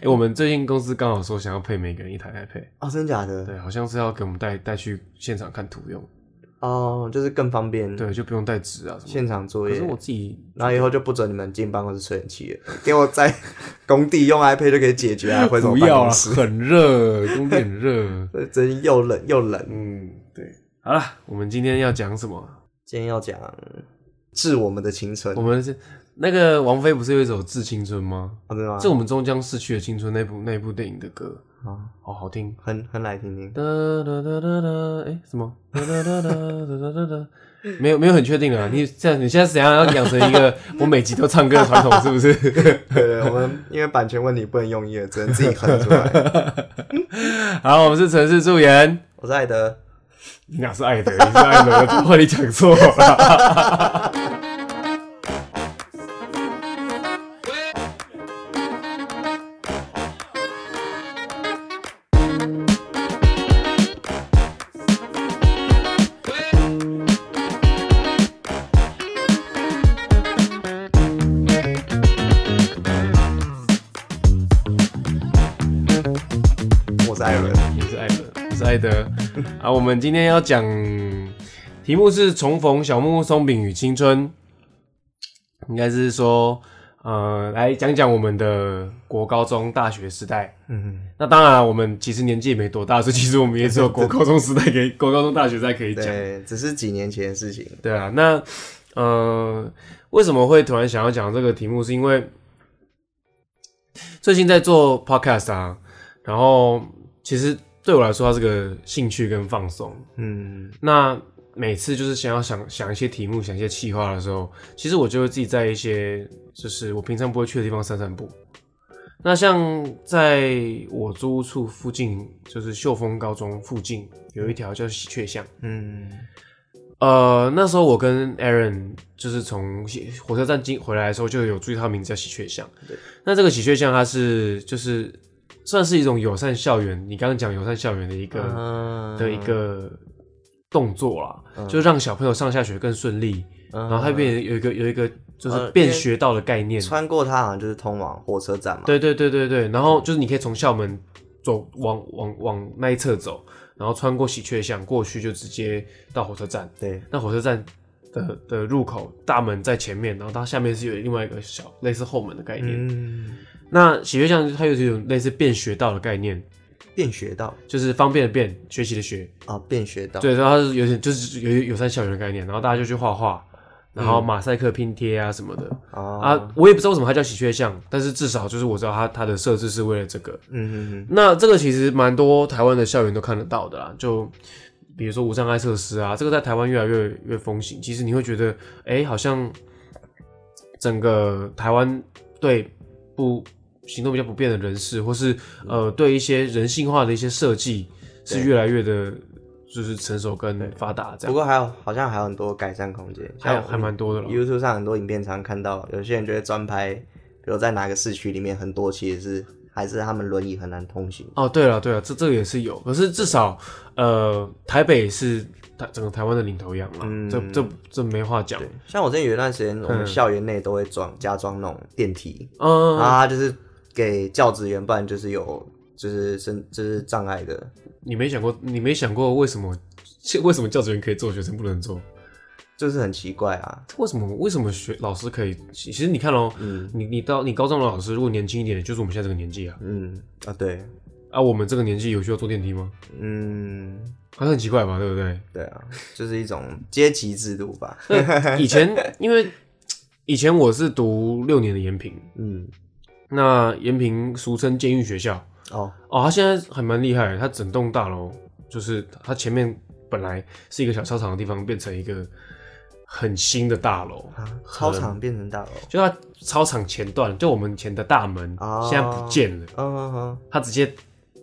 哎，我们最近公司刚好说想要配每个人一台 iPad，哦，真的假的？对，好像是要给我们带带去现场看图用，哦，就是更方便，，对，就不用带纸啊什么现的。场作可业是。我自己然后以后就不准你们进办公室吹冷气了，给我在 工地用 iPad 就可以解决 啊，回什么不办要公了，室？很热，冬天很 热。真又冷又冷。嗯，对。好了，我们今天要讲什么？今天要讲致我们的青春，我哦，们是那个王菲不是有一首《致青春》吗？真的吗？这我们终将逝去的青春那部那部电影的歌，哦好好听。哼哼来听听。哒哒哒哒哒，哎，什么？哒哒哒哒哒哒哒哒，没有没有很确定啊。你这样你现在是怎样要养成一个我每集都唱歌的传统，是不 是？ 对对，我们因为版权问题不能用音乐，只能自己哼出来。好，我们是城市助言。 我是艾德，你哪是艾德？你是艾德， 怎么会你讲错了？我是艾伦。你是艾德，我是艾德。啊，我们今天要讲题目是重逢小木屋松饼与青春，应该是说，呃，来讲讲我们的国高中、大学时代。 嗯，那当然，我们其实年纪也没多大，所以其实我们也只有国高中时代可以，国高中、大学时代可以讲。对，只是几年前的事情。对啊，那呃，为什么会突然想要讲这个题目？是因为最近在做 podcast 啊，然后其实对我来说，它是个兴趣跟放松。嗯，那每次就是想要想想一些题目、想一些企划的时候，其实我就会自己在一些就是我平常不会去的地方散散步。那像在我租屋处附近，就是秀峰高中附近有一条叫喜鹊巷。嗯，呃，那时候我跟 Aaron 就是从喜火车站经回来的时候，就有注意他名字叫喜鹊巷对。那这个喜鹊巷，它是就是算是一种友善校园，你刚刚讲友善校园的一个、嗯的一个动作啦，嗯就让小朋友上下学更顺利，嗯然后它变有一个有一个就呃是变因为学到的概念。嗯穿过它好像就是通往火车站嘛。对对对对对，然后就是你可以从校门走往往往那一侧走，然后穿过喜鹊巷过去，就直接到火车站。对，那火车站的的入口大门在前面，然后它下面是有另外一个小类似后门的概念。嗯，那喜悦巷它又是有类似变学道的概念，便学道就是方便的变，学习的学。啊，便学道。对，然后它是有点就是有有山校园的概念，然后大家就去画画，然后马赛克拼贴啊什么的、啊，啊，我也不知道为什么它叫喜鹊巷，但是至少就是我知道它它的设置是为了这个。嗯嗯那这个其实蛮多台湾的校园都看得到的啦，就比如说无障碍设施啊，这个在台湾越来越越风行。其实你会觉得，哎、好像整个台湾对不行动比较不便的人士，或是呃对一些人性化的一些设计，是嗯对越来越的，就是成熟跟发达这嗯。不样，过还有，好像还有很多改善空间，还有像我还蛮多的了。 YouTube 上很多影片常看到，有些人就会专拍，比如在哪个市区里面，很多其实是还是他们轮椅很难通行。哦，对了对了，这这个也是有，可是至少呃台北是台整个台湾的领头羊了、嗯这这这没话讲。像我之前有一段时间，我们校园内都会装加装那种电梯，嗯，然后它就是给教职员，不然就是有就是身就是障碍的，你没想过，你没想过为什么，为什么教职员可以做，学生不能做？就是很奇怪啊。为什么？为什么学老师可以？其其实你看哦，你你到你高中的老师，如果年轻一点，就是我们现在这个年纪啊，嗯啊对，啊，我们这个年纪有需要坐电梯吗？嗯还是很奇怪吧，对不对？对啊，就是一种阶级制度 吧。以前因为以前我是读六年的延平，嗯那延平俗称监狱学校哦哦，他现在还蛮厉害的，他整栋大楼就是他前面本来是一个小操场的地方，变成一个很新的大楼。啊，操场变成大楼。就它操场前段，就我们以前的大门、哦现在不见了，嗯嗯嗯它直接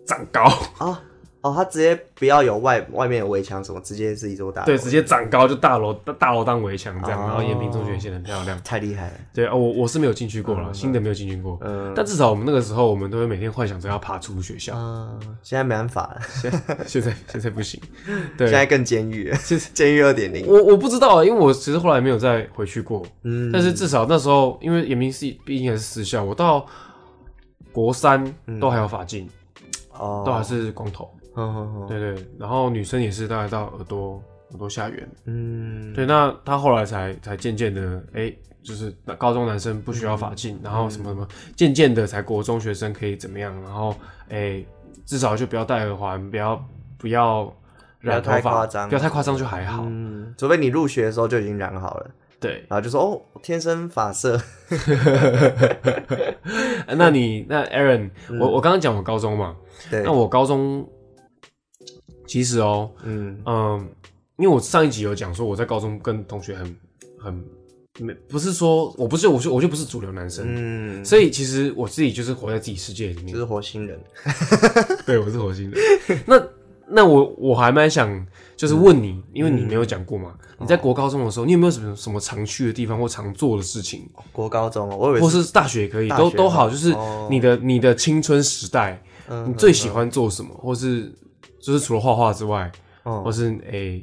长 高，啊哦，他直接不要有外外面有围墙什么，直接是一座大楼。对，直接长高，就大楼大大楼当围墙这样，哦然后延平中学显得很漂亮。太厉害了。对啊，我我是没有进去过了，新的没有进去过，嗯但至少我们那个时候，我们都会每天幻想着要爬出学 校，啊、现在没办法了，现在现在现在不行。现对，在更监狱了， 监狱二点零。我我不知道啊，因为我其实后来没有再回去过，嗯，但是至少那时候，因为延平是毕竟还是私校，我到国三嗯都还有发髻，哦，都还是光头。哼哼哼，对对，然后女生也是大概到耳朵耳朵下缘。嗯，对，那他后来才才渐渐的，哎、就是高中男生不需要发嗯镜，然后什么什么，渐渐的才国中学生可以怎么样，然后哎、至少就不要戴耳环，不要不要染头太发夸，张不要太夸张就还好。嗯，除非你入学的时候就已经染好了，对，然后就说哦，天生发色，呃那你那 Aaron，、我我刚刚讲我高中嘛，嗯对那，我高中其实哦，嗯嗯，因为我上一集有讲说我在高中跟同学很很没不是说我不是我就我就不是主流男生。 嗯，所以其实我自己就是活在自己世界里就面是，火星人，对我是火星人。那那我我还蛮想就是问嗯你，因为你没有讲过嘛，你哦在国高中的时候，你有没有什么什么常去的地方或常做的事情，国高中哦，我以为或是大学也可以，大都学都吗好，就是哦你的你的青春时代，嗯你最喜欢做什么，或是就是除了画画之外，哦或是诶、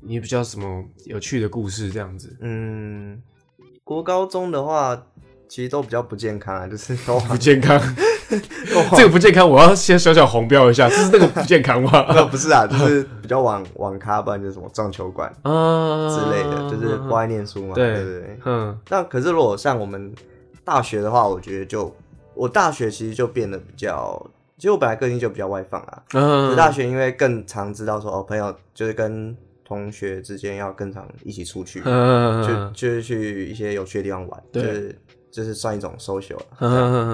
你比较什么有趣的故事这样子。嗯，国高中的话，其实都比较不健康啊，就是 都不健 康，这个不健康，我要先小小红标一下，就是那个不健康嘛， 那不是啊，就是比较往网咖，不然就是什么撞球馆 啊 之类的，就是不爱念书嘛，对对不对？嗯那可是如果像我们大学的话，我觉得就我大学其实就变得比较，其实我本来个性就比较外放啊，可是嗯，大学因为更常知道说哦，朋友就是跟同学之间要更常一起出去，就嗯就是去一些有趣的地方玩，就对是就是算一种 social 啊了。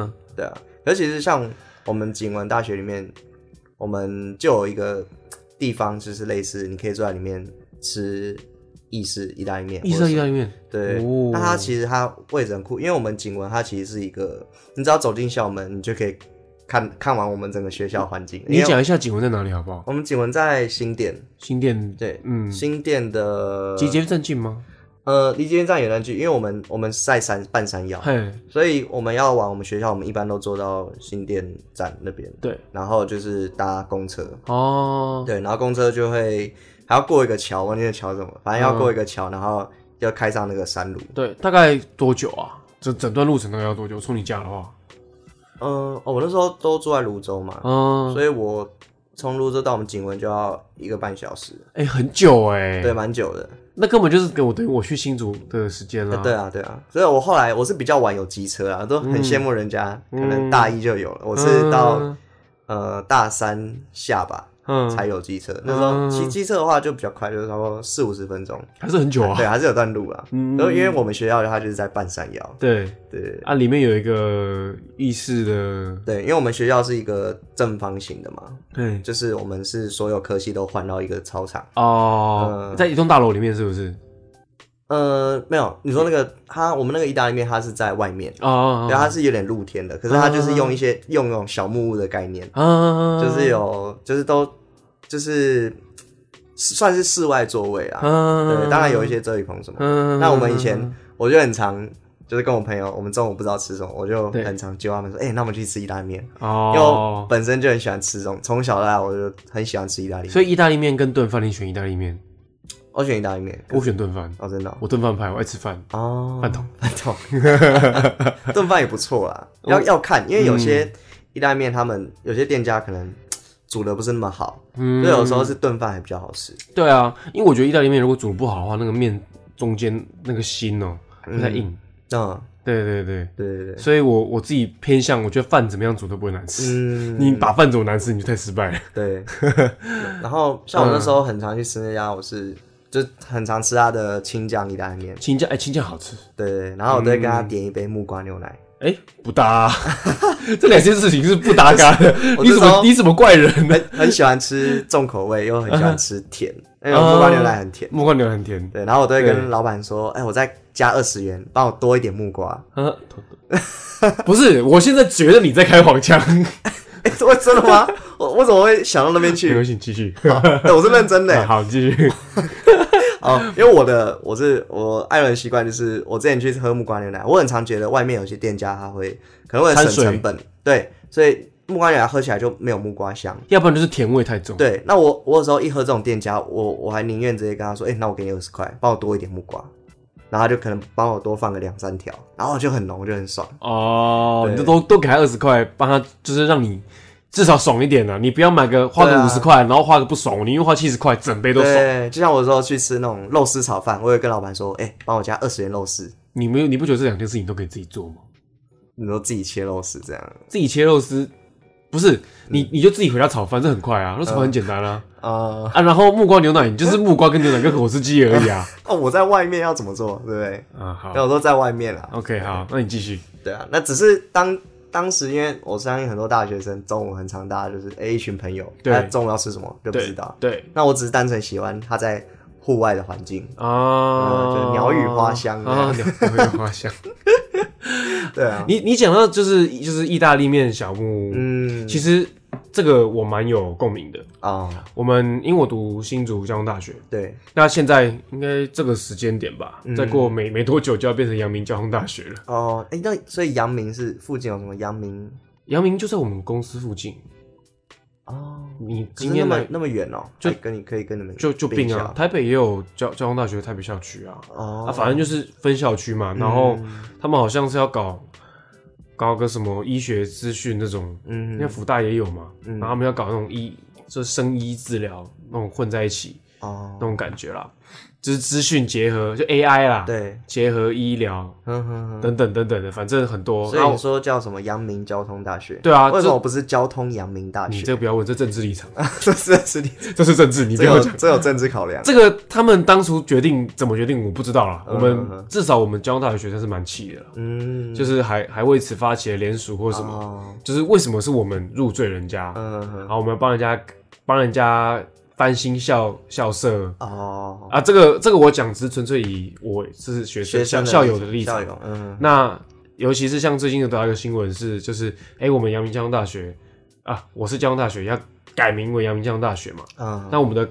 嗯对啊，而其实像我们景文大学里面，我们就有一个地方，就是类似你可以坐在里面吃意式意大利面，意或者色是意大利面，对，哦那它其实它位置很酷，因为我们景文它其实是一个，你只要走进校门，你就可以看看完我们整个学校环境。你因为讲一下景文在哪里好不好？我们景文在新店，新店对，嗯新店的集结镇静吗？呃离捷运站有段距，因为我们我们是在山半山腰，嘿，所以我们要往我们学校，我们一般都坐到新店站那边，对，然后就是搭公车，哦，对，然后公车就会还要过一个桥，忘记那桥是什么，反正要过一个桥，然后要开上那个山路。对，大概多久啊？整整段路程大概要多久？从你家的话，嗯、哦，我那时候都住在泸州嘛，嗯，所以我从泸州到我们景文就要一个半小时，哎，很久哎，对，蛮久的。那根本就是给我等于我去新竹的时间啦。对啊，对啊，所以我后来我是比较晚有机车啊，都很羡慕人家，可能大一就有了，我是到、呃大三下吧。嗯，才有机车，那时候骑机车的话就比较快，就是差不多四五十分钟，还是很久啊。对，还是有段路啊。嗯然后因为我们学校的话就是在半山腰，对对啊，里面有一个意式的，对，因为我们学校是一个正方形的嘛，对就是我们是所有科系都环绕一个操场。哦，在一栋大楼里面是不是？呃，没有，你说那个它，我们那个意大利面它是在外面，哦哦，嗯然后它是有点露天的，可是它就是用一些用那种小木屋的概念，啊，就是有就是都就是算是室外座位啊。嗯，对，当然有一些遮雨棚什么的。嗯，那我们以前我就很常就是跟我朋友，我们中午不知道吃什么，我就对很常揪他们说，哎、那我们去吃意大利面，因为我哦，本身就很喜欢吃这种，从小到大我就很喜欢吃意大利面，所以意大利面跟炖饭，你选意大利面，我选意大利面。我选炖饭，哦，真的哦我炖饭派，我爱吃饭，哦，饭桶，饭桶， 炖饭也不错啦，要要看，因为有些嗯意大利面他们有些店家可能煮的不是那么好，嗯所以有时候是炖饭还比较好吃。对啊，因为我觉得意大利面如果煮得不好的话，那个面中间那个心哦会太硬，嗯，对对对。对对对，所以我，我自己偏向，我觉得饭怎么样煮都不会难吃。嗯，你把饭煮难吃，你就太失败了。 对，然后像我那时候很常去吃那家，我是就很常吃他的青酱意大利面，青酱，哎、青酱好吃。对，然后我都会跟嗯他点一杯木瓜牛奶。哎、不搭、 啊，这两件事情是不搭嘎的。我你这怎时么候你怎么怪人呢？ 很很喜欢吃重口味，又很喜欢吃甜，因为木瓜牛奶很甜。木瓜牛很甜， 对，然后我都会哦对跟老板说，哎，我再加二十元，帮我多一点木瓜。 啊，不是，我现在觉得你在开黄腔。哎，我真的吗？我我怎么会想到那边没去？ 关系，继续。对，我是认真的耶。 好，继续。哦，因为我的我是我爱人习惯就是我之前去喝木瓜牛奶，我很常觉得外面有些店家他会可能为了省掺水成本，对，所以木瓜牛奶喝起来就没有木瓜香。要不然就是甜味太重。对，那我我有时候一喝这种店家，我我还宁愿直接跟他说，哎、那我给你二十块，帮我多一点木瓜。然后他就可能帮我多放个两三条，然后就很浓，就很爽。哦，对你都都都给他二十块，帮他就是让你至少爽一点啊！你不要买个花对个啊五十块，然后花个不爽，我宁愿花七十块，整杯都爽。对，就像我有时候去吃那种肉丝炒饭，我也跟老板说，哎、帮我加二十元肉丝，你没有你不觉得这两件事情都可以自己做吗？你说自己切肉丝这样。自己切肉丝，不是嗯你你就自己回家炒饭，这很快啊，那炒饭很简单啊、呃，啊！然后木瓜牛奶，你就是木瓜跟牛奶跟火丝鸡而已 啊哦，我在外面要怎么做，对不对？啊好那我都在外面啦。 ，OK 好，那你继续对啊，那只是当当时因为我相信很多大学生中午很常大家就是哎、一群朋友，对他中午要吃什么就不知道。对那我只是单纯喜欢他在户外的环境。啊，嗯就是鸟语花香啊，鸟鸟语花香。 对啊，你你讲到就是就是意大利面小木屋，嗯其实这个我蛮有共鸣的。啊、我们因为我读新竹交通大学，对，那现在应该这个时间点吧，嗯再过没没多久就要变成阳明交通大学了。哦，哎、那所以阳明是附近有什么阳明阳明就在我们公司附近，哦，你可今是那天么来那么远哦，就哎跟你可以跟你们就就并啊校，台北也有交交通大学台北校区啊，哦，嗯啊，反正就是分校区嘛。然后他们好像是要搞搞个什么医学资讯那种，因为嗯福大也有嘛，然后他们要搞那种医，就是生医治疗那种混在一起那哦，种感觉啦，就是资讯结合，就 AI 啦，对，结合医疗哼哼哼。等等等等的，反正很多。所然以后你说叫什么阳明交通大学？对啊为什这么不是交通阳明大你学？这个不要问，这政治立场， 这是这是你这是政治，你不这要有讲。这有政治考量。这个他们当初决定怎么决定，我不知道啦。我嗯们至少我们交大的学生是蛮气的啦，嗯，就是还还为此发起了联署或什么，哦，就是为什么是我们入罪人家，嗯哼然后我们帮人家帮人家翻新校校舍哦，啊，这个这个我讲只是纯粹以我是学生学生校校的例友子的例子校，友，嗯，那尤其是像最近有得到一个新闻是，就是哎、诶我们阳明交通大学啊，我是交通大学要改名为阳明交通大学嘛，嗯那我们的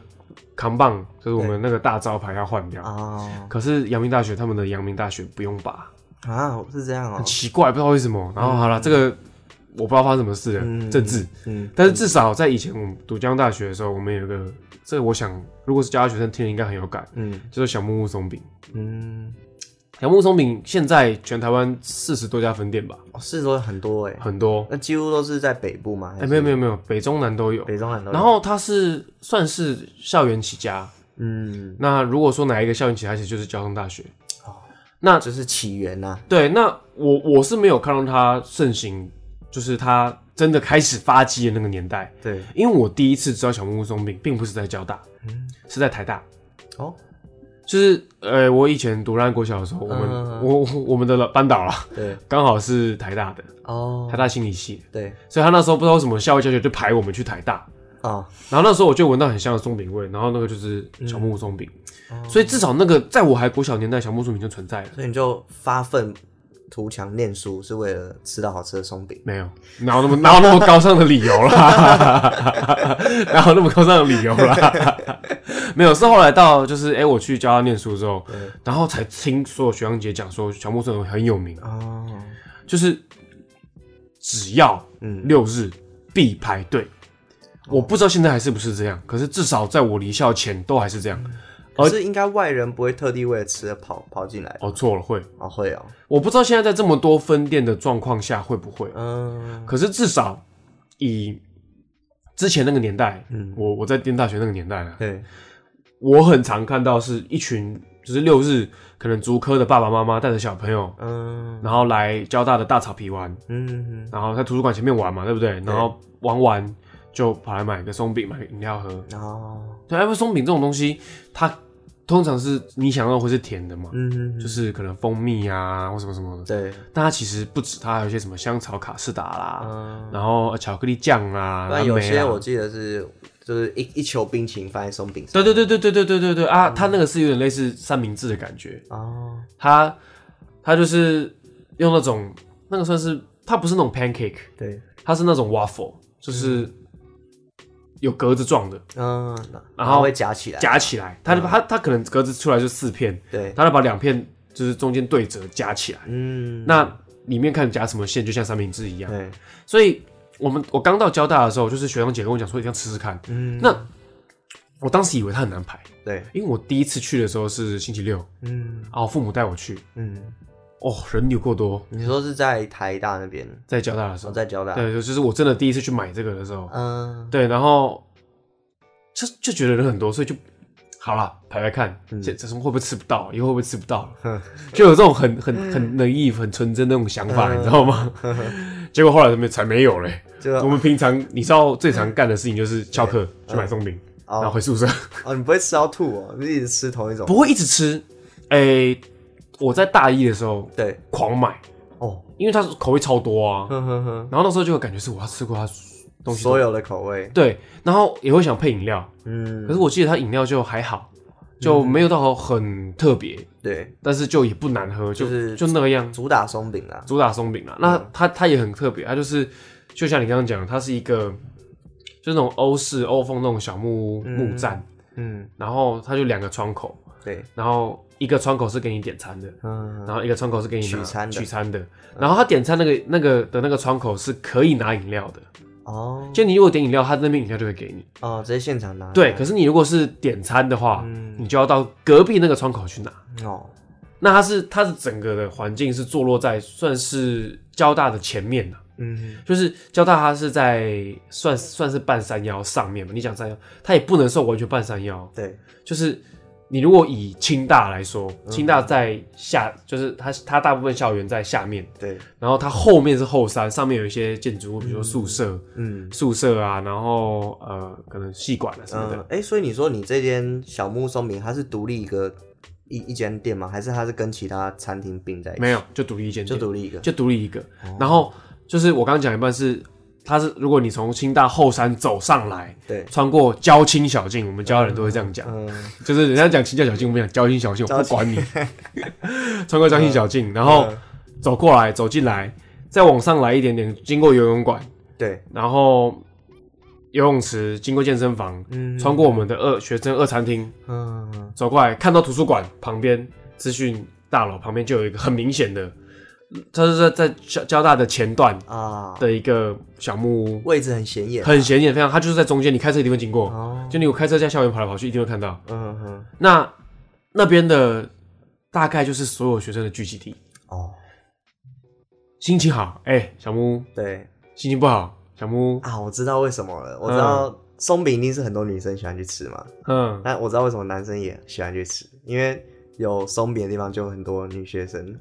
扛棒就是我们那个大招牌要换掉。哦可是阳明大学他们的阳明大学不用拔，啊，是这样哦很，奇怪，不知道为什么。然后好了，这个我不知道发生什么事了，嗯政治。嗯，但是至少在以前我们读江大学的时候，我们有一个，这个我想如果是交大学生听了应该很有感，嗯就是小木屋松饼。嗯，小木屋松饼现在全台湾四十多家分店吧，哦是说很多哎，很多。那几乎都是在北部吗？哎、还没有没有，有没有，北中南都有。北中南都有。然后它是算是校园起家，嗯，哦那如果说哪一个校园起家，其实就是交通大学。那就是起源啊呐，对，那我我是没有看到它盛行，就是它真的开始发迹的那个年代，对，因为我第一次知道小木屋松饼，并不是在交大，嗯是在台大。哦，就是呃，我以前读烂国小的时候，我们、嗯我我我们的老班导啦，对，刚好是台大的，哦台，大心理系的，对，所以他那时候不知道为什么校外教学就排我们去台大，啊，然后那时候我就闻到很香的松饼味，然后那个就是小木屋松饼，嗯所以至少那个在我还国小年代，小木屋松饼就存在了。所以你就发奋图强念书，是为了吃到好吃的松饼。没有，哪有那么哪有那么高尚的理由啦？哪有那么高尚的理由啦？没有，是后来到就是哎、诶我去交大念书之后，然后才听所有学长姐讲说小木屋松饼很有名，啊哦，就是只要嗯六日必排队。我不知道现在还是不是这样，可是至少在我离校前都还是这样。可是应该外人不会特地为了吃而跑跑进来。哦，错了，会。哦，会哦，我不知道现在在这么多分店的状况下会不会，啊嗯，可是至少以之前那个年代，嗯，我我在念大学那个年代啊，对，我很常看到是一群就是六日可能足科的爸爸妈妈带着小朋友，嗯然后来交大的大草皮玩，嗯然后在图书馆前面玩嘛，对不对？然后玩完就跑来买个松饼，买个饮料喝。嗯，哦，对，因为松饼这种东西，它通常是你想要会是甜的嘛，嗯，就是可能蜂蜜啊或什么什么的。对，但它其实不止，它还有一些什么香草卡士达啦，嗯，啊然后巧克力酱啦，不蓝然有莓啊些啦我记得是就是一一球冰淇淋放在松饼上。对对对对对对对对对啊，它那个是有点类似三明治的感觉，哦，它它就是用那种那个算是它不是那种 pancake，对，它是那种 waffle，就是有格子状的，嗯，然然后后会夹起来。夹起来，它就把它它可能格子出来就四片，对，它就把两片就是中间对折夹起来，嗯，那里面看夹什么馅，就像三明治一样。对，所以我们我刚到交大的时候，就是学长姐跟我讲说一定要吃吃看，嗯，那我当时以为它很难排，对，因为我第一次去的时候是星期六嗯啊，我父母带我去，嗯，哦，人有够多，你说是在台大那边，在交大的时我候，哦在交大，对，就是我真的第一次去买这个的时候，嗯，对，然后就就觉得人很多，所以就好啦，排排看，嗯这这什么会不会吃不到，以后会不会吃不到哼， 就有这种很很很 naive、很纯真的那种想法，嗯你知道 吗？结果后来都没才没有嘞。就我们平常你知道最常干的事情就是翘课去买松饼，然后嗯哦回宿舍，哦，你不会吃到吐哦，你一直吃同一种，不会一直吃。诶，我在大一的时候对，狂买，哦，因为它口味超多啊，哼哼哼，然后那时候就有感觉是我要吃过它东西都所有的口味，对，然后也会想配饮料，嗯，可是我记得它饮料就还好，就没有到很特别，对，但是就也不难喝，就就是嗯就那样。主打松饼啦，主打松饼啦，那它它也很特别，它就是就像你刚刚讲的，它是一个就是那种欧式欧风那种小木屋木栈，嗯，然后它就两个窗口，对，然后一个窗口是给你点餐的，嗯，然后一个窗口是给你拿取餐的嗯取餐的，然后他点餐那个那个的那个窗口是可以拿饮料的，哦，就你如果点饮料，他那边饮料就会给你。哦，直接现场拿，对，可是你如果是点餐的话，嗯你就要到隔壁那个窗口去拿。哦，那它是它是整个的环境是坐落在算是交大的前面的、嗯，就是交大它是在算算是半山腰上面嘛。你讲山腰，它也不能算完全半山腰，对，就是你如果以清大来说，嗯清大在下，就是它它大部分校园在下面，对，然后它后面是后山，上面有一些建筑物，比如说宿舍、嗯。宿舍啊，然后呃可能系馆啊什么的。嗯，哎、所以你说你这间小木松饼，它是独立一个一一间店吗？还是它是跟其他餐厅并在一起？没有，就独立一间就店，独立一个。就独立一个。哦然后就是我刚刚讲一半是，它是如果你从清大后山走上来，对，穿过交青小径，我们交大人都会这样讲，嗯，就是人家讲清教小径，我们讲交青小径，我交不青管 你，穿过交青小径，然后走过来，走进来，再往上来一点点，经过游泳馆，对，然后游泳池，经过健身房，嗯，穿过我们的二学生二餐厅，嗯，走过来看到图书馆旁边资讯大楼旁边就有一个很明显的，它是在在交交大的前段啊，的一个小木屋，位置很显眼、啊，很显眼，非常，它就是在中间，你开车一定会经过，哦，就你有开车在校园跑来跑去一定会看到。嗯哼，那那边的大概就是所有学生的聚集地，哦，心情好，哎、小木屋；对心情不好，小木屋。啊，我知道为什么了，我知道松饼一定是很多女生喜欢去吃嘛，嗯，但我知道为什么男生也喜欢去吃，因为有松饼的地方就有很多女学生。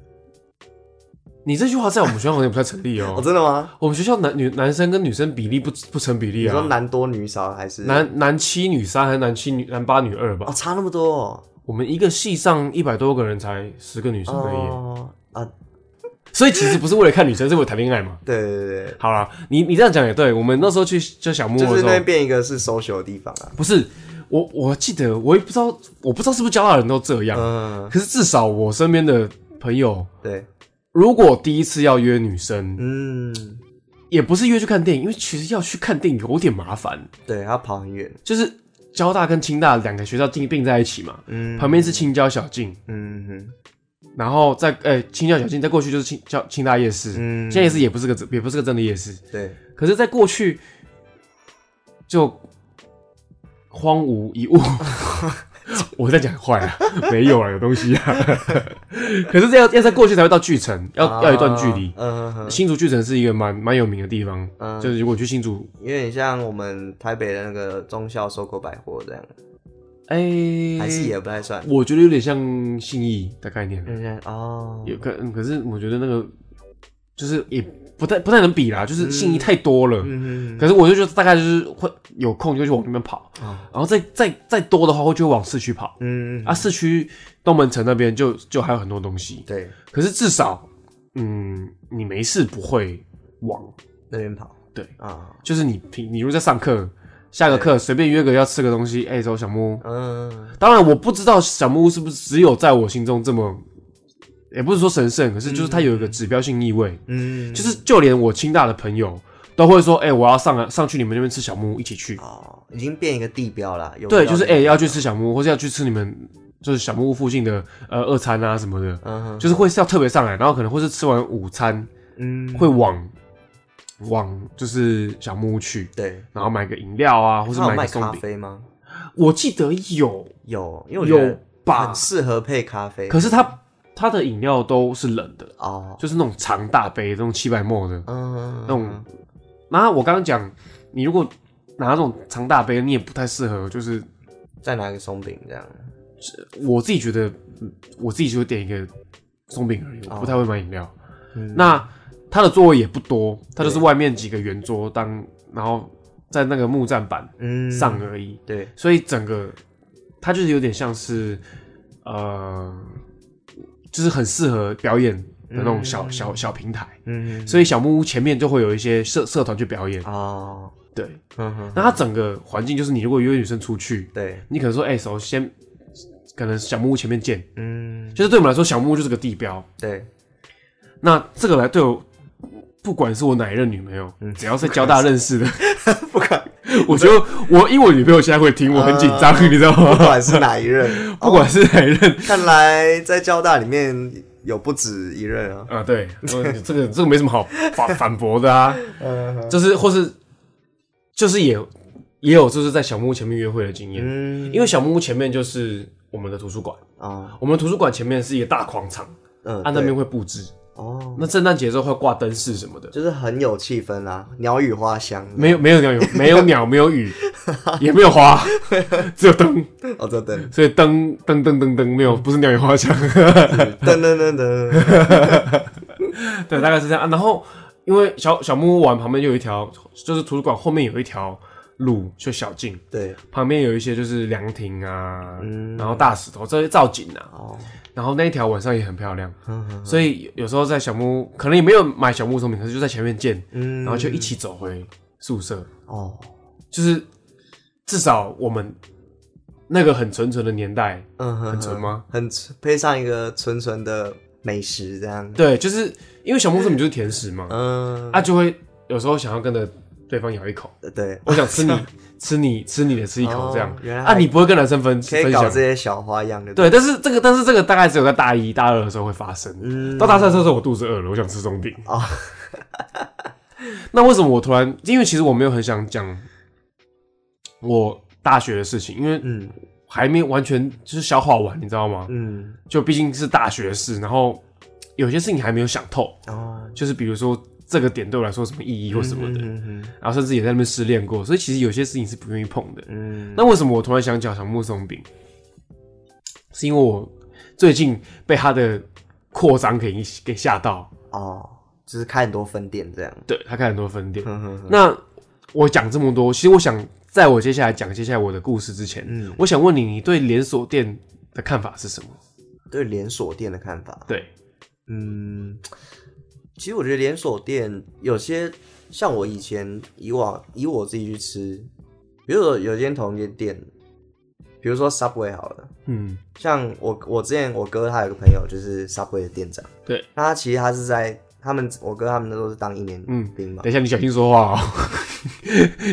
你这句话在我们学校好像也不太成立哦、 哦，真的吗？我们学校男女男生跟女生比例不不成比例你说啊，男多女少还是？男男七女三还是男七女男八女二吧？哦，差那么多、哦。我们一个系上一百多个人才十个女生而已，哦啊，所以其实不是为了看女生，是为了谈恋爱嘛。对对对对，好啦，你你这样讲也对。我们那时候去就小木屋就的是时那边候，变一个是 social 的地方啊。不是我我记得我也不知道，我不知道是不是交大人都这样，嗯，可是至少我身边的朋友，对，如果第一次要约女生，嗯，也不是约去看电影，因为其实要去看电影有点麻烦，对，他跑很远。就是交大跟清大两个学校并并在一起嘛，嗯，旁边是青交小径，嗯嗯然后再呃、青交小径再过去就是青交清大夜市，嗯现在夜市也不是个也不是个真的夜市，对，可是，在过去就荒芜一物。 我在讲坏 啊，没有啊，有东西啊。 可是这要要在过去才会到巨城，要、啊要一段距离。嗯哼哼，新竹巨城是一个蛮蛮有名的地方，嗯就是如果去新竹，有点像我们台北的那个中校收购百货这样，哎、还是也不太算。我觉得有点像信义的概念，啊有点哦，有可嗯可是我觉得那个就是也不太不太能比啦，就是信义太多了。嗯可是我就觉得大概就是会有空就去往那边跑，哦然后再再再多的话，会就往市区跑。嗯，啊，市区东门城那边就就还有很多东西，对，可是至少，嗯，你没事不会忘，那边跑对，啊，就是你平你如果在上课，下个课随便约个要吃个东西，哎、走小木屋。嗯，当然我不知道小木屋是不是只有在我心中这么，也不是说神圣，可是就是它有一个指标性意味，嗯，就是就连我清大的朋友都会说，哎、我要上来上去你们那边吃小木屋，一起去。哦，已经变一个地标啦。有对，到就是那哎、个要去吃小木屋，或是要去吃你们就是小木屋附近的呃二餐啊什么的。嗯哼就是会是要特别上来，然后可能会是吃完午餐嗯，会往往就是小木屋去，对，然后买个饮料啊，或是他有个卖松咖饼。啡吗？我记得有有，因为我觉有得吧很，适合配咖啡。可是它它的饮料都是冷的，哦，就是那种长大杯，那种七百沫的嗯，那种。然后我刚刚讲，你如果拿那种长大杯，你也不太适合，就是再拿一个松饼这样。我自己觉得，嗯我自己就会点一个松饼而已，我不太会买饮料。哦嗯那它的座位也不多，它就是外面几个圆桌当，然后在那个木栈板嗯，上而已，对，所以整个它就是有点像是呃，就是很适合表演的那种小、小小平台。嗯，所以小木屋前面就会有一些社社团去表演，哦，对。嗯哼，那它整个环境就是，你如果约女生出去，对，你可能说，哎、首先可能小木屋前面见，嗯，就是对我们来说，小木屋就是个地标。对， 那这个来对我，不管是我哪一任女朋友，嗯只要是交大认 识的，不管我觉得我因为我女朋友现在会听，我很紧张，你知道呃不吗？管是哦哪一任，不管是哪一任，看来在交大里面有不止一任啊。啊， 对，我这个这个没什么好反反驳的啊，嗯就是或是就是也也有就是在小木屋前面约会的经验，嗯，因为小木屋前面就是我们的图书馆，哦，我们图书馆前面是一个大广场，嗯，它那边对会布置，哦，那圣诞节的时候会挂灯饰什么的，就是很有气氛啦，鸟语花香。没有没有 鸟有没有鸟没有雨也没有 花，只有灯，哦，这等所以灯灯灯灯灯没有不是鸟有花香，噔噔噔噔， 对，大概是这样。啊、然后因为小小木屋玩旁边就有一条，就是图书馆后面有一条路，就小径，对，旁边有一些就是凉亭啊，嗯然后大石头这些造景啊，哦，然后那一条晚上也很漂亮，嗯哼所以有有时候在小木屋可能也没有买小木屋松饼，可是就在前面见，嗯，然后就一起走回宿舍，哦，就是至少我们那个很纯纯的年代，嗯哼，很纯吗？很纯配上一个纯纯的美食这样，对，就是因为小木屋松饼就是甜食嘛，嗯，啊就会有时候想要跟着对方咬一口，对，我想 吃你吃你吃你的吃一口这样哦，原来啊你不会跟男生分可以分搞享这。些小花样的，，对，但是这个，但是这个大概只有在大一、大二的时候会发生。嗯，到大三的时候，我肚子饿了，我想吃松饼。哦那为什么我突然？因为其实我没有很想讲我大学的事情，因为嗯还没完全就是消化完，你知道吗？嗯，就毕竟是大学事，然后有些事情还没有想透，哦，就是比如说这个点对我来说有什么意义或什么的，嗯哼然后甚至也在那边失恋过，所以其实有些事情是不愿意碰的。嗯，那为什么我突然想讲小木松饼？是因为我最近被它的扩张给一给吓到，哦，就是开很多分店这样，对他开很多分店。嗯哼，那我讲这么多，其实我想在我接下来讲接下来我的故事之前，嗯我想问你，你对连锁店的看法是什么？对连锁店的看法，对，嗯，其实我觉得连锁店有些像我以前以往以我自己去吃，比如说有间同一间店，比如说 Subway 好了，嗯，像我我之前我哥他有个朋友就是 Subway 的店长，对，那他其实他是在他们我哥他们那都是当一年嗯兵嘛等，一下你小心说话哦，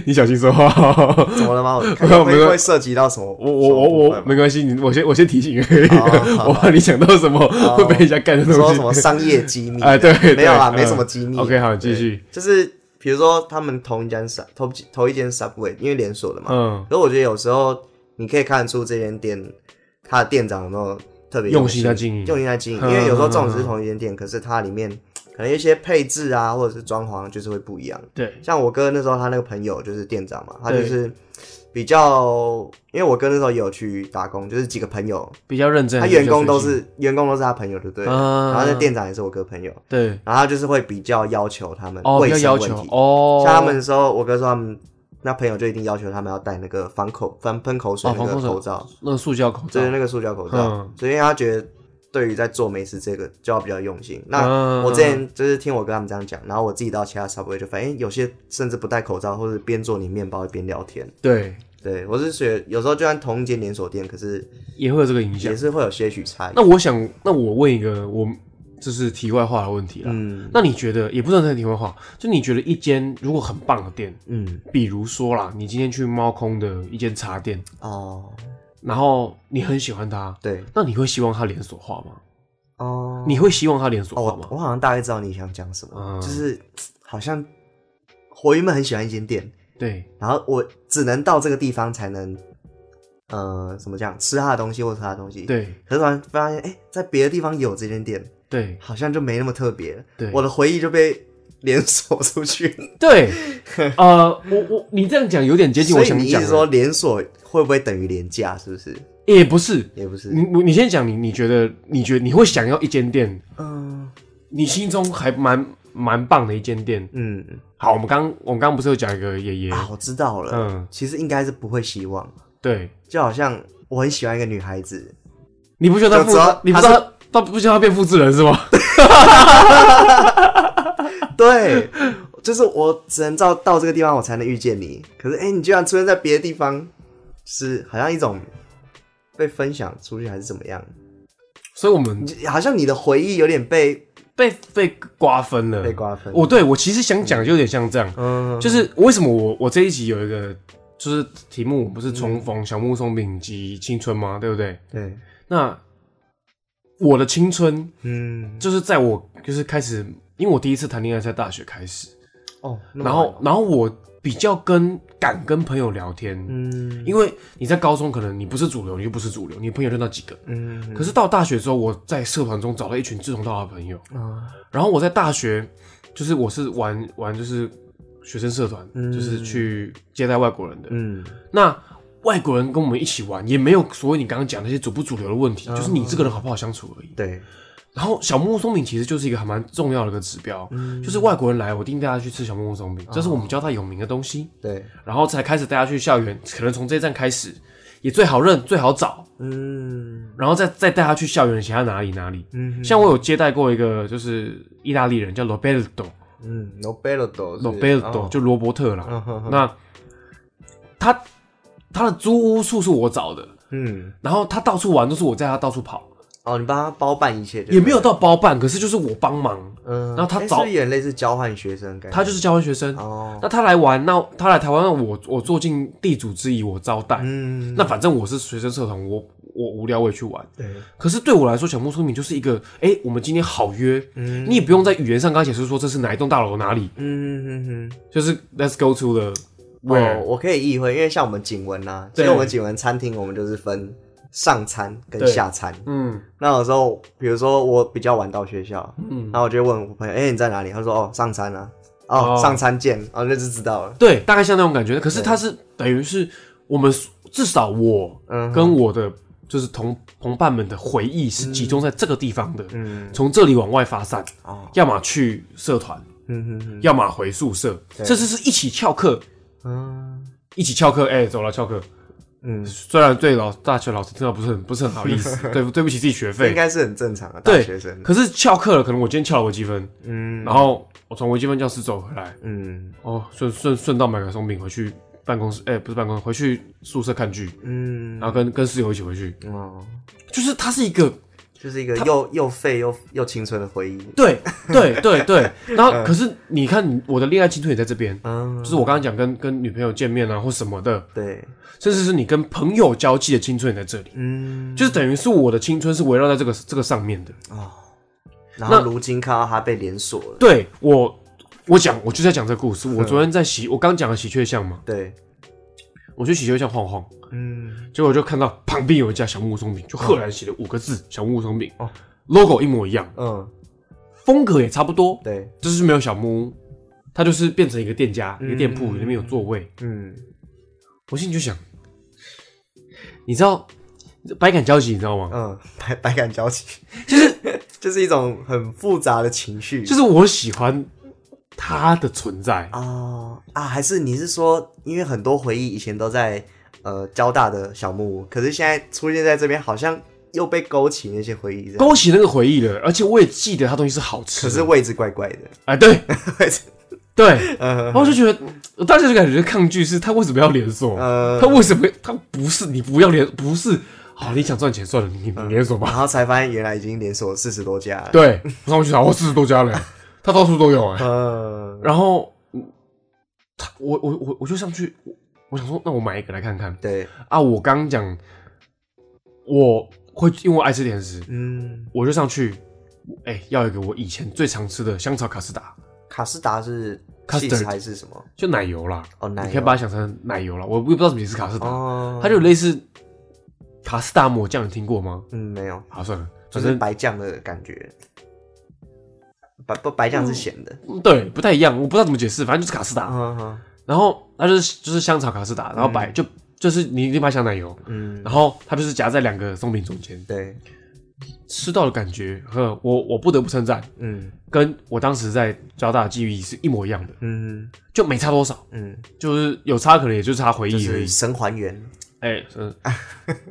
你小心说话哦。怎么了吗？我 看没有会没有会涉及到什么？我我我我没关系，你我先我先提醒而已， 哦我怕你想到什么会被人家干的我东哦说西。什 么商业机密？哎， 对，没有啦，对没什么机密。嗯 OK，好，继续。就是比如说他们同一间 Sub 同同一间 Subway，因为连锁的嘛，嗯，可是我觉得有时候你可以看得出这间店，它的店长有没有特别用心心在经营用心在经营。嗯因为有时候这种嗯只是同一间店，可是它里面可能一些配置啊，或者是装潢就是会不一样。对，像我哥那时候，他那个朋友就是店长嘛，他就对是比较，因为我哥那时候也有去打工，就是几个朋友，比较认真。他员工都是员工都是他朋友，对不对了？嗯然后那店长也是我哥朋友，对然后他就是会比较要求他们哦，卫比较生要问求题，哦，像他们说，我哥说他们那朋友就一定要求他们要戴那个防口防喷口水哦那防个风手口罩，那个塑胶口罩就是，那个塑胶口罩，嗯所以他觉得对于在做美食这个就要比较用心。嗯那我之前就是听我哥他们这样讲，然后我自己到其他 subway 就发现、诶有些甚至不戴口罩，或者边做你面包边聊天。对，对我是觉得有时候就算同一间连锁店，可是也会有这个影响也。是会有些许差异。那我想，那我问一个我就是题外话的问题啦。嗯那你觉得，也不算是题外话，就你觉得一间如果很棒的店，嗯比如说啦，你今天去猫空的一间茶店，哦然后你很喜欢它，对那你会希望它连锁化吗？哦你会希望它连锁哦化我吗？我好像大概知道你想讲什么，嗯就是好像我原本很喜欢一间店。对，然后我只能到这个地方才能呃，怎么讲，吃他的东西或吃他的东西。。对可是突然发现，哎、在别的地方有这间店，对好像就没那么特别了。对，我的回忆就被连锁出去了。对，呃，我我你这样讲有 点接近我所想以你一讲直的，说连锁会不会等于廉价？是不是？也不是，也不是。你你先讲你你觉得你觉得你会想要一间店，嗯你心中还蛮蛮棒的一间店。嗯好，我们刚我们刚不是有讲一个爷爷，啊，我知道了。嗯，其实应该是不会希望，对，就好像我很喜欢一个女孩子，你不觉得他就只要复，你不知道他不知道他变复制人是吗？对，就是我只能到到这个地方我才能遇见你。可是哎、诶你居然出现在别的地方，是好像一种被分享出去还是怎么样？所以我们你好像你的回忆有点被被被瓜分了被。瓜分。我对我其实想讲就有点像这样，嗯，就是为什么我我这一集有一个就是题目我不是重逢小木松饼及青春吗？对不对？对，那我的青春嗯，就是在我就是开始，因为我第一次谈恋爱在大学开始，哦，那么然后然后我比较跟敢跟朋友聊天，嗯因为你在高中可能你不是主流，你就不是主流，你朋友就那几个。嗯可是到大学之后，我在社团中找到一群志同道合的朋友，啊然后我在大学就是我是玩玩就是学生社团，嗯就是去接待外国人的。嗯那外国人跟我们一起玩，也没有所谓你刚刚讲那些主不主流的问嗯题，就是你这个人好不好相处而已。对，然后小木屋松饼其实就是一个还蛮重要的一个指标，嗯就是外国人来，我一定带他去吃小木屋松饼，哦这是我们教他有名的东西，对，然后才开始带他去校园，可能从这一站开始，也最好认，最好找，嗯然后再再带他去校园，其他哪里哪里。嗯像我有接待过一个就是意大利人叫 Roberto，Roberto 嗯，Roberto 是哦就罗伯特啦。嗯哼哼那他他的租屋处是我找的，嗯，然后他到处玩都是我带他到处跑，哦，你帮他包办一切，也没有，到包办，可是就是我帮忙。嗯，然后他诶找是不是有点类似交换学生的感觉，他就是交换学生，哦，那他来玩，那他来台湾，那我我做尽地主之谊，我招待。嗯，那反正我是学生社团，我我无聊我也去玩。对，可是对我来说，小木村明就是一个，哎、我们今天好约，你也不用在语言上跟他解释说这是哪一栋大楼哪里，嗯哼哼哼，就是 Let's go to the 哦， where，、我可以意会，因为像我们景文啊，其对实我们景文餐厅，我们就是分上餐跟对下餐。嗯，那有时候，比如说我比较晚到学校，嗯，然后我就会问我朋友，哎、你在哪里？他说，哦，上餐啊，哦，哦上餐见，哦，那就知道了。对，大概像那种感觉。可是他是等于是我们至少我嗯跟我的就是同同伴们的回忆是集中在这个地方的，嗯，从这里往外发散，哦，要么去社团，嗯哼哼，要么回宿舍，甚至是一起翘课，嗯一起翘课，哎、走了翘课。嗯，虽然对老大学老师听到不是很不是很好意思， 对不对不起自己学这应费，该是很正常的，啊大对学生，可是翘课了，可能我今天翘了微积分，嗯然后我从微积分教室走回来，嗯哦，顺顺顺道买个松饼回去办公室，哎、不是办公室，回去宿舍看剧，嗯，然后跟跟室友一起回去，哦，就是它是一个就是一个又又废又又青春的回忆，对对对 对，然后可是你看你我的恋爱青春也在这边，嗯就，是我刚刚讲跟跟女朋友见面啊或什么的，对，甚至是你跟朋友交际的青春也在这里，嗯，就是等于是我的青春是围绕在这个这个上面的。然后如今看到他被连锁了，对我，我讲我就在讲这个故嗯事。我昨天在喜，我刚讲了喜鹊巷嘛，对，我去喜鹊巷晃晃，嗯，结果就看到旁边有一家小木屋松饼，就赫然写了五个字“小木屋松饼”哦 l o g o 一模一样，嗯，风格也差不多，对，就是没有小木屋，它就是变成一个店家、一个店铺，里面有座位。嗯，我心里就想，你知道百感交集，你知道吗？嗯，百百感交集， 就是就是一种很复杂的情绪，就是我喜欢它的存在，啊啊，还是你是说，因为很多回忆以前都在呃交大的小木屋，可是现在出现在这边，好像又被勾起那些回忆这样，勾起那个回忆了，而且我也记得它东西是好吃可的。是位置怪怪的，哎， 对位置对。呃然后我就觉得，嗯我当时就感觉抗拒是他为什么要连锁？呃他，为什么他不是你不要连不是？好，你想赚钱算了，你你连锁吧。然后才发现原来已经连锁四十多家了，，对，我上去查，我四十多家了， 他到处都有哎。呃，然后他我我我我就上去，我我想说，那我买一个来看看对，啊。我刚刚讲我会因为我爱吃甜食，嗯，我就上去，哎、要一个我以前最常吃的香草卡士达，卡斯达是 Custard 气质还是什么？就奶油啦，哦，奶你可以油嗯把它想成奶油啦，我我也不知道怎么解释卡士达。哦，它就有类似卡斯达抹酱，你听过吗？嗯，没有，好，算了，就反是正白酱的感觉。白不白酱是咸的，嗯啊对不太一样，我不知道怎么解释，反正就是卡斯达。嗯哼，然后它就是就是香草卡斯达，然后白、就就是你一定买香奶油，嗯，然后它就是夹在两个松饼中间，对，吃到的感觉，呵，我我不得不称赞，嗯跟我当时在交大的记忆是一模一样的，嗯就没差多少，嗯，就是有差可能也就差回就忆而已是。神还原，哎、嗯，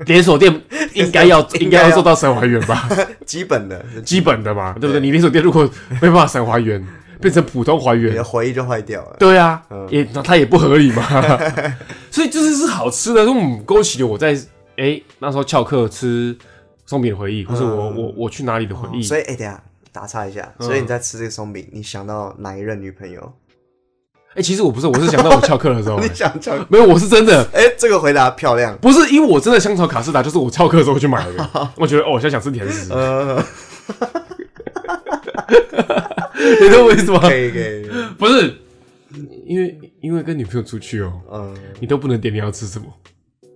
连锁店应该 要应该要做到神还原吧，基本的，基本的嘛，对不对？你连锁店如果没办法神还原，变成普通还你原的，回忆就坏掉了。对啊，嗯也那它也不合 理嘛。所以就是是好吃的，嗯，勾起了我在哎、那时候翘课吃松饼的回忆，或是我、我我去哪里的回忆。嗯所以，哎、等一下打岔一下，嗯所以你在吃这个松饼，你想到哪一任女朋 友？哎、其实我不是，我是想到我翘课的时候、 你哎想想，没有，我是真的。哎、这个回答漂亮。 不是因为我真的香草卡士达，就是我翘课的时候去买的。我觉得哦，我现在想吃甜食，呃，你懂我意思吗？可以可以，不是，因为因为跟女朋友出去哦，嗯，你都不能点你要吃什么，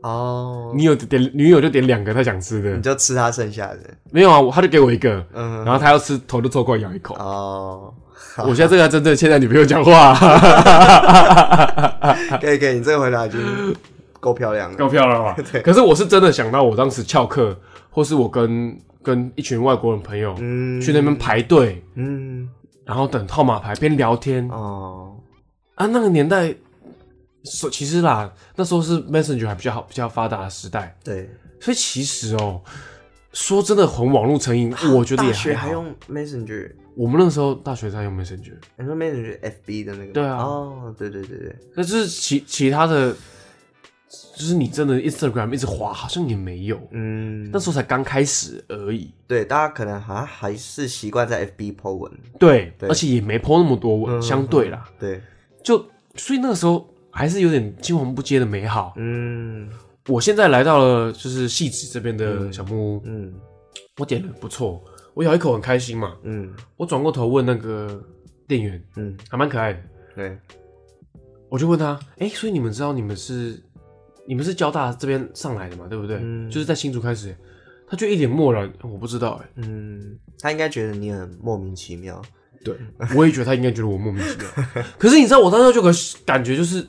哦，你有点女友就点两个她想吃你的，就吃他剩下的，没有啊，我她就给我一个，嗯，然后她要吃头就凑过来咬一口。哦， 我现在这个要真正现在女朋友讲 话，可以可以，你这个回答已经够漂亮了。够漂 亮了吧？可是我是真的想到我当时翘课，或是我跟跟一群外国人朋友嗯去那边排队，嗯，然后等号码牌边聊天，哦，啊，那个年代，说其实啦，那时候是 Messenger 还比较好、比较发达的时代，对，所以其实哦、说真的，红网络成瘾，我觉得也大学啊还还好。用 Messenger，我们那时候大学在用 Messenger，你说 Messenger FB 的那个？对啊哦，对对对对，但是其其他的，就是你真的 Instagram 一直滑，好像也没有，嗯那，时候才刚开始而已。对，大家可能还还是习惯在 FB po 文，对，对嗯而且也没 PO 那么多文，相对啦，对，就所以那个时候还是有点青黄不接的美好。嗯我现在来到了就是戏子这边的小木屋，嗯我点了不错，我咬一口很开心嘛。嗯我转过头问那个店员，嗯，还蛮可爱的，对，我就问他，哎、所以你们知道你们是你们是交大这边上来的嘛，对不对？嗯就是在新竹开始，他就一脸漠然，我不知道、诶嗯，他应该觉得你很莫名其妙，对，嗯我也觉得他应该觉得我莫名其妙。可是你知道，我当时就有个感觉，就是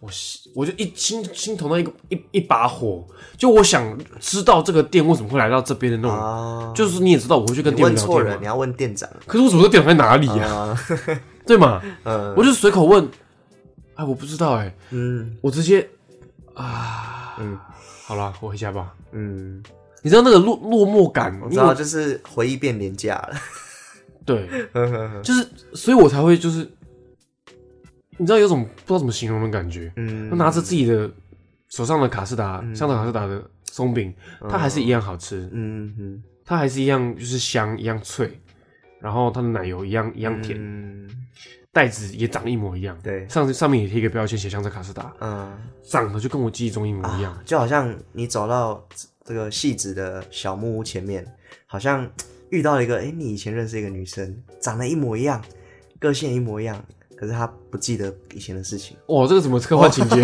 我心我就一心心头那一个一一把火，就我想知道这个店为什么会来到这边的那种，啊，就是你也知道，我会去跟你店问员聊错天人，你嘛。要问店长可是我怎么知道店员在哪里呀、啊，对嘛？嗯我就随口问，哎，我不知道哎、嗯我直接啊，嗯好啦，我回家吧。嗯，你知道那个落落寞感，我知因为道，我就是回忆变廉价了， 嗯对，呵呵呵就是，所以我才会就是，你知道有种不知道怎么形容的感觉，嗯就拿着自己的手上的卡士达，香港卡士达的松饼，它还是一样好吃，嗯嗯它还是一样就是香，一样脆。然后它的奶油一样一样甜，嗯袋子也长得一模一样，对上上面也贴一个标签写香草卡士达，嗯，长得就跟我记忆中一模一样。就好像你走到这个戏子的小木屋前面，好像遇到了一个，哎、你以前认识一个女生，长得一模一样，个性一模一样，可是她不记得以前的 事情，哇，这个怎么科幻情 节？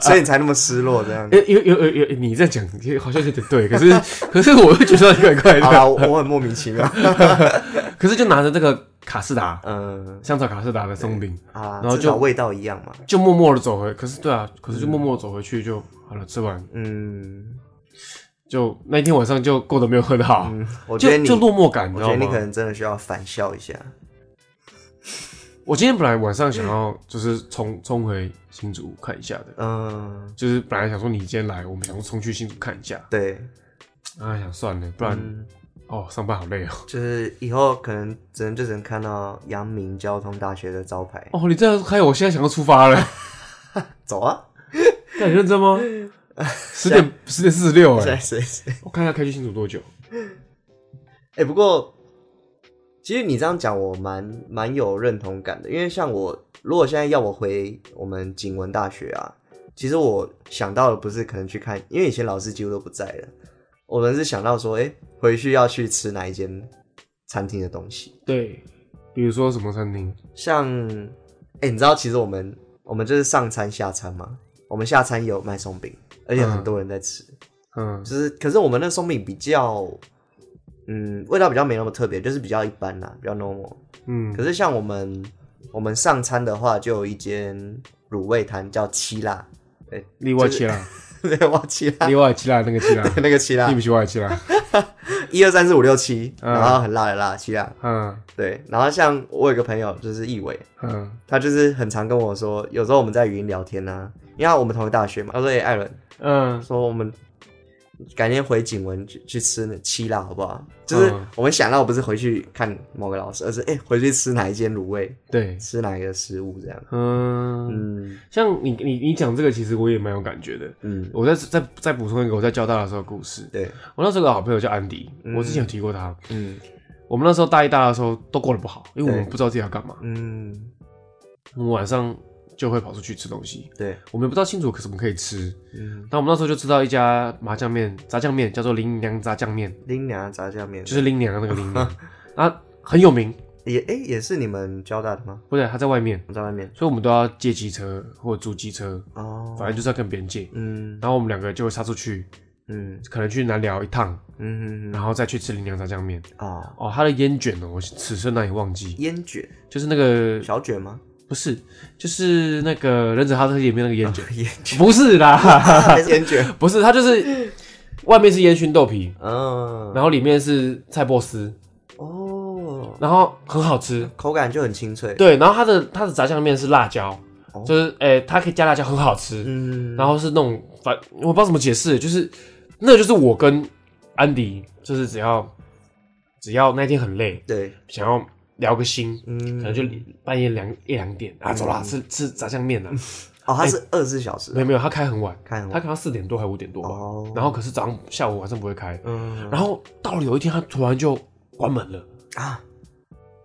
所以你才那么失落 这样。欸有有有有，你这样讲好像有点对， 可是可是我会觉得怪怪好的。啦，我我很莫名其妙。可是就拿着这个卡士达嗯，香草卡士达的松饼，啊，然后至就少味道一样嘛。就默默的走回。可是对啊，可是就默默地走回去就好了，吃完嗯，就那一天晚上就过得没有很好，我觉得就你，就落寞感，你我知觉道得你可吗？能真的需要反校一下。我今天本来晚上想要就是冲冲回新竹看一下的，嗯，就是本来想说你今天来，我们想说冲去新竹看一下，对，啊想算了，不然嗯，哦上班好累哦。 就是以后可能只能就只能看到阳明交通大学的招牌。哦，你这样害我现在想要出发 了。走啊，那你认真吗？ 十点十点四十六谁哎，谁谁？我看一下开去新竹多久。哎，不过其实你这样讲，我蛮蛮有认同感的，因为像我，如果现在要我回我们景文大学啊，其实我想到的不是可能去看，因为以前老师几乎都不在了，我们是想到说，哎、回去要去吃哪一间餐厅的东西。对，比如说什么餐厅？像，哎、你知道其实我们我们就是上餐下餐嘛，我们下餐有卖松饼，而且很多人在吃。嗯就是，可是我们那松饼比较，嗯，味道比较没那么特别，就是比较一般啦，比较 normal。嗯可是像我们我们上餐的话，就有一间卤味摊叫七辣， 另外七啦，对，哇，七辣，另外七啦，那个七 啦，那个七你辣，不喜欢七啦？一二三四五六七，嗯然后很辣的辣，七辣。嗯对，然后像我有个朋友就是易伟，嗯他就是很常跟我说，有时候我们在语音聊天啊，因为我们同一大学嘛，他说：“哎、艾伦，嗯说我们改天回景文去去吃那七辣好不好？就是嗯我们想到不是回去看某个老师，而是哎、回去吃哪一间卤味，对，吃哪一个食物这样。嗯，嗯像你你你讲这个，其实我也蛮有感觉的。嗯，我再再再补充一个我在交大的时候的故事。对，我那时候有个好朋友叫安迪，嗯我之前有提过他。嗯我们那时候大一、大二的时候都过得不好，因为我们对不知道自己要干嘛。嗯我们晚上就会跑出去吃东西，对，我们也不知道清楚可什么可以吃。嗯，那我们那时候就知道一家麻酱面炸酱面叫做林娘炸酱面，林娘炸酱面就是林娘的那个林 娘，啊很有名，也哎、也是你们交大的吗？不对，他在外面，我在外面所以我们都要借机车或租机车，哦，反正就是要跟别人借。嗯然后我们两个就会杀出去，嗯可能去南寮一趟，嗯嗯然后再去吃林娘炸酱面。啊，哦，他的烟卷哦，我此生难以忘记，烟卷就是那个小卷吗？不是，就是那个忍者哈特里面那个烟卷， 烟 不是啦，还是烟卷？不是，它就是外面是烟熏豆皮，嗯然后里面是菜波丝，哦，然后很好吃。口感就很清脆。对，然后它的它的炸酱面是辣椒哦，就是诶、它可以加辣椒，很好吃。嗯，然后是那种反，我不知道怎么解释，就是那就是我跟安迪，就是只要只要那天很累，对，想要聊个心，嗯可能就半夜两一两点啊，走啦，吃吃炸酱面啦。啊哦，它是二十四小时没有没有，他开很晚，看哎他可能四点多还五点多吧。嗯哦，然后可是早上、下午、晚上不会开。嗯然后到了有一天，他突然就关门了。啊，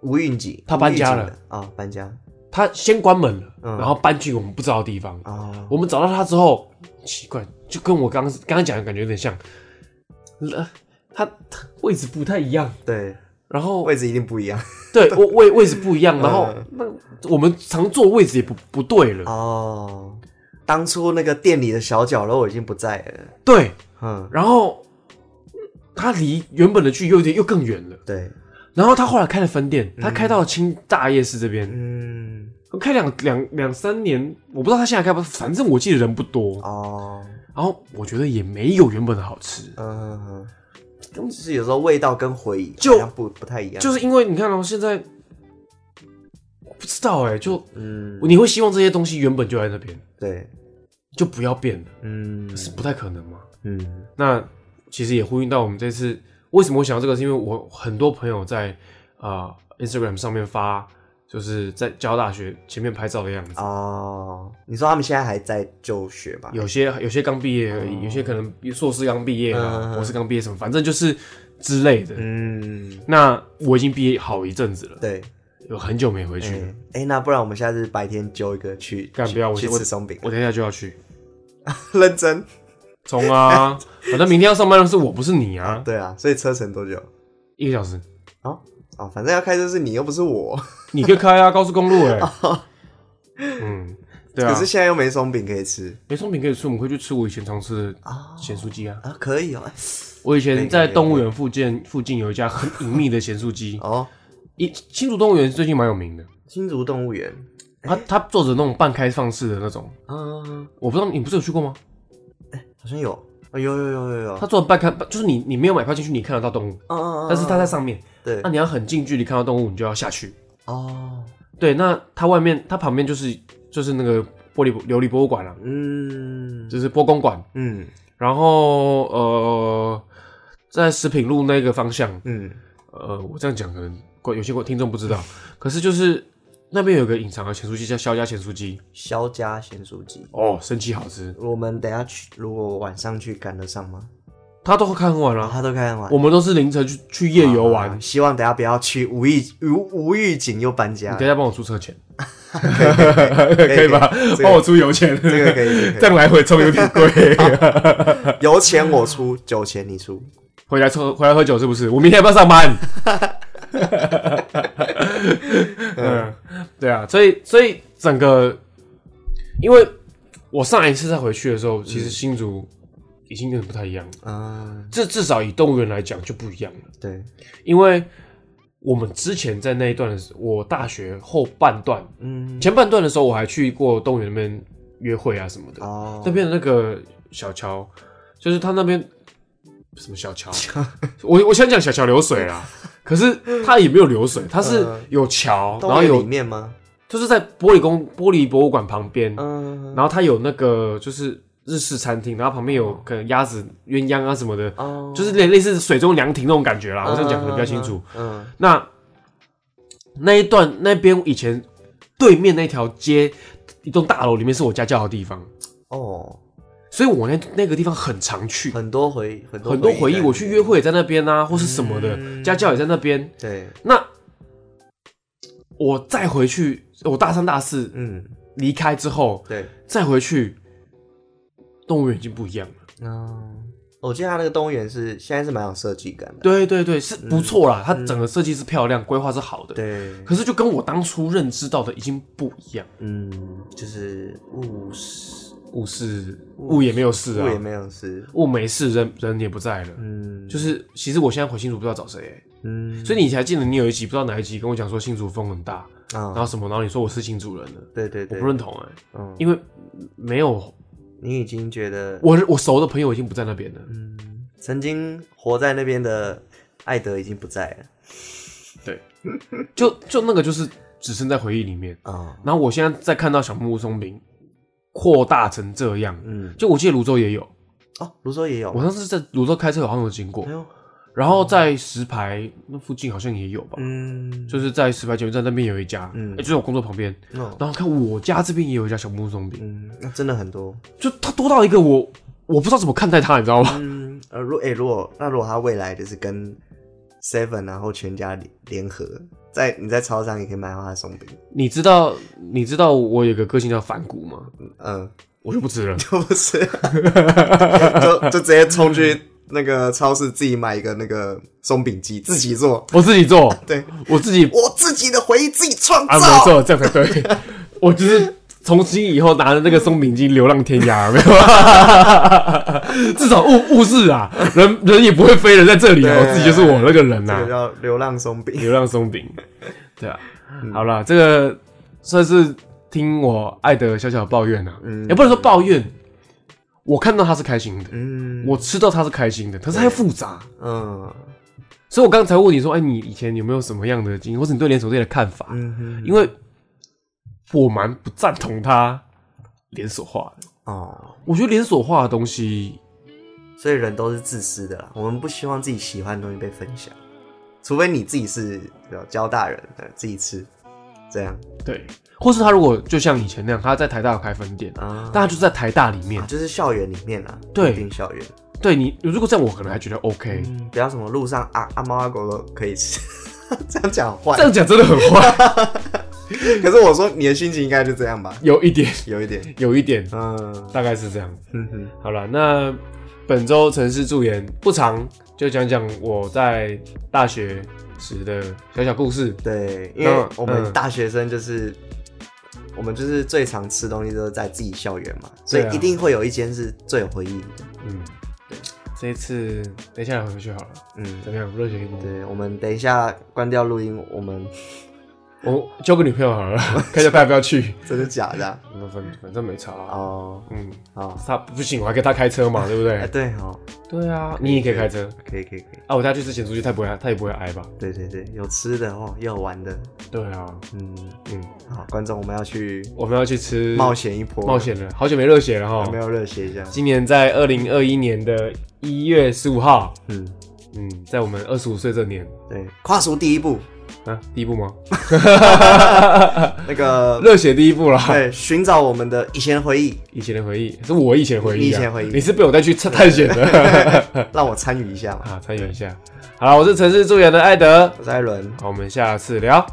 无运级，他搬家了无运级的啊，搬家他先关门了，嗯然后搬去我们不知道的地方。啊，我们找到他之后，奇怪，就跟我刚刚刚刚讲的感觉有点像，嗯呃，他他位置不太一样。对，然后位置一定不一嗯样对位位位置不一样，然后那我们常坐位置也不不对了。哦。当初那个店里的小角落已经不在了，对，嗯，然后他离原本的距离又有点又更远了。对，然后他后来开了分店，他开到了清大夜市这边。嗯，开两两两三年，我不知道他现在开不，反正我记得人不多，哦，然后我觉得也没有原本的好吃，嗯，就是有时候味道跟回忆就好像不不太一样，就是是因为你看哦、现在不知道哎、就嗯，你会希望这些东西原本就在那边，对，就不要变了，嗯是不太可能嘛。嗯那其实也呼应到我们这次为什么我想到这个，是因为我很多朋友在啊、呃 Instagram 上面发，就是在教大学前面拍照的样子，哦，你说他们现在还在就学吧？有些有些刚毕业而已，有些可能硕士刚毕业嗯嗯啊，嗯博士刚毕业什么，反正就是之类的。嗯，那我已经毕业好一阵子了，对，有很久没回去了哎。、欸那不然我们下次白天揪一个去，嗯干去不要我去我吃松饼，啊我等一下就要去 认真。冲啊！反正明天要上班的是我，不是你啊。对啊，所以车程多久？一个小时，啊、反正要开车是你，又不是我。你可以开啊，高速公路哎。嗯， 对啊哦可是，现在又没松饼可以吃没松饼可以吃，我们可以去吃我以前常吃的啊咸酥鸡啊。啊，可以哦。我以前在可以可以，动物园附近附近有一家很隐秘的咸酥鸡哦，一新竹动物园最近蛮有名的。新竹动物园，它它做着那种半开放式的那种，嗯，我不知道你不是有去过吗？好像有，哦、有有有有有，他做的半开，就是你你没有买票进去，你看得到动物，嗯嗯嗯，但是它在上啊面，对那你要很近距离看到动物，你就要下去。哦，对，那它外面它旁边就是就是那个玻璃琉璃博物馆了、啊，嗯就是波公馆，嗯然后呃，在食品路那个方向，嗯，呃，我这样讲可能观有些观听众不知道，可是就是那边有个隐藏的咸酥鸡叫肖家咸酥鸡，肖家咸酥鸡。哦，神奇好吃，我们等一下去，如果晚上去赶得上吗？它都会看完了、啊，他都开完，我们都是凌晨去去夜游玩，啊希望等一下不要去无意无无预警又搬家你等一下帮我出车 钱，啊 以可以吧可以这？个帮我出油钱，这个可以，这个 可这样来回抽有点贵。 以油钱我出，酒钱你出。回来抽，回来喝酒是不是？我明天要不要上班？嗯，对啊，所以所以整个，因为我上一次再回去的时候，其实新竹已经有点不太一样了。啊，这至少以动物园来讲就不一样了，对，因为我们之前在那一段的时，我大学后半段、嗯，前半段的时候，我还去过动物园那边约会啊什么的。哦，那边的那个小桥，就是他那边什么小桥，我我想讲小桥流水 啦，可是它也没有流水，它是嗯有桥，动然后物园里有面吗？就是在玻璃公玻璃博物馆旁边，嗯，然后它有呃那个就是日式餐厅，然后旁边有可能鸭子、鸳鸯啊什么的，哦，就是类类似水中凉亭那种感觉啦。我这样讲可能比较清楚。嗯，嗯，那那一段那边以前对面那条街一栋大楼里面是我家教的地方。嗯哦，所以我那那个地方很常去，很多回很多很多回忆。在我去约会也在那边啊，或是什么的，嗯家教也在那边。对，那我再回去，我大三大四嗯，离开之后对，再回去，动物园已经不一样了。嗯，我记得他那个动物园是现在是蛮有设计感的，对对对，是不错啦，它整个设计是漂亮，规划是好的。嗯对，可是就跟我当初认知到的已经不一样，嗯，就是物是物是物也没有事物也啊，没有事，物没事，人人也不在了。嗯，就是其实我现在回新竹不知道找谁、欸嗯，所以你才记得你有一集不知道哪一集跟我讲说新竹风很大，然啊，后什么，然后你说我是新主人了，对对我对不，认同哎、嗯，因为没有你已经觉得我我熟的朋友已经不在那边了，嗯曾经活在那边的艾德已经不在了就就那个就是只剩在回忆里面。啊，然后我现在再看到小木屋松饼扩大成这样，嗯，就我记得泸州也有，哦，泸州也有我，上次在泸州开车好像有经过哎，呦，然后在石牌那附近好像也有吧，嗯，就是在石牌捷运站那边有一家，嗯欸就是我工作旁边。哦然后看我家这边也有一家小木屋松饼，嗯，那真的很多，就它多到一个我我不知道怎么看待它，你知道吗？嗯，呃，如哎、如果那如果他未来就是跟 Seven 然后全家联联合，在你在超商也可以买到他的松饼，你知道你知道我有个个性叫反骨吗？嗯， 我就不吃了。就不是， 就就直接冲去那个超市自己买一个那个松饼机自己做，我自己 做，对我自己我自己的回忆自己创啊，造没。错，这样才对。 我就是从今以后拿着那个松饼机流浪天涯，没 有？至少物物是啊，人人也不会飞了，在这里啊，对我自己就是我那个人这呐个，叫流浪松饼。流浪松饼。对啊，好了，这个算是听我爱的小小抱怨啊，也不能说抱怨，我看到他是开心的，嗯我吃到他是开心的，可是太复杂。嗯所以我刚才问你说，哎、你以前有没有什么样的经历，或者你对连锁店的看法？嗯哼，因为我蛮不赞同它连锁化的。哦，我觉得连锁化的东西，所以人都是自私的啦，我们不希望自己喜欢的东西被分享，除非你自己是对吧教大人的自己吃，这样对，或是他如果就像以前那样，他在台大有开分店，啊，但他就在台大里面啊，就是校园里面啊，对一定校园，对你如果这样，我可能还觉得 OK。嗯，不要什么路上啊啊猫啊狗都可以吃， 这样讲坏这。样讲真的很坏， 可是我说你的心情应该就这样吧，有一点，有一点，有一点，嗯大概是这样。哼哼，好了，那本周城市助言不长，就讲讲我在大学时的小小故事。对，因为那我们嗯大学生就是。我们就是最常吃东西都是在自己校园嘛，所对啊以一定会有一间是最有回忆的。嗯，这一次等一下来回去好了，嗯，怎么样？热血一波。对，我们等一下关掉录音，我们我交个女朋友 好了，看一下她要不要去。真的假的啊？ 反正反正没差啊。哦，嗯，好，他不行，我还给他开车 嘛，对不哎，对？对哦，对啊，你也可以开车可以可以可以，啊。我带他去之前出去，他也不会，他也不会挨吧？对对对，有吃的哦，也有玩的，对啊，嗯，嗯，好，观众，我们要去我们要去吃冒险一波，冒险了，好久没热血了有没哈。有热血一下？今年在二零二一年的一月十五号，嗯，嗯，在我们二十五岁这年对，跨出第一步，啊，第一步吗？那个 热血第一步啦，呃对，寻找我们的以前回忆，以前的回忆是我以前的回忆、啊，你以前的回忆你是被我带去探探险的 让我参与一下嘛。啊，参与一下。好了，我是城市助演的艾德，我是艾伦，好，我们下次聊。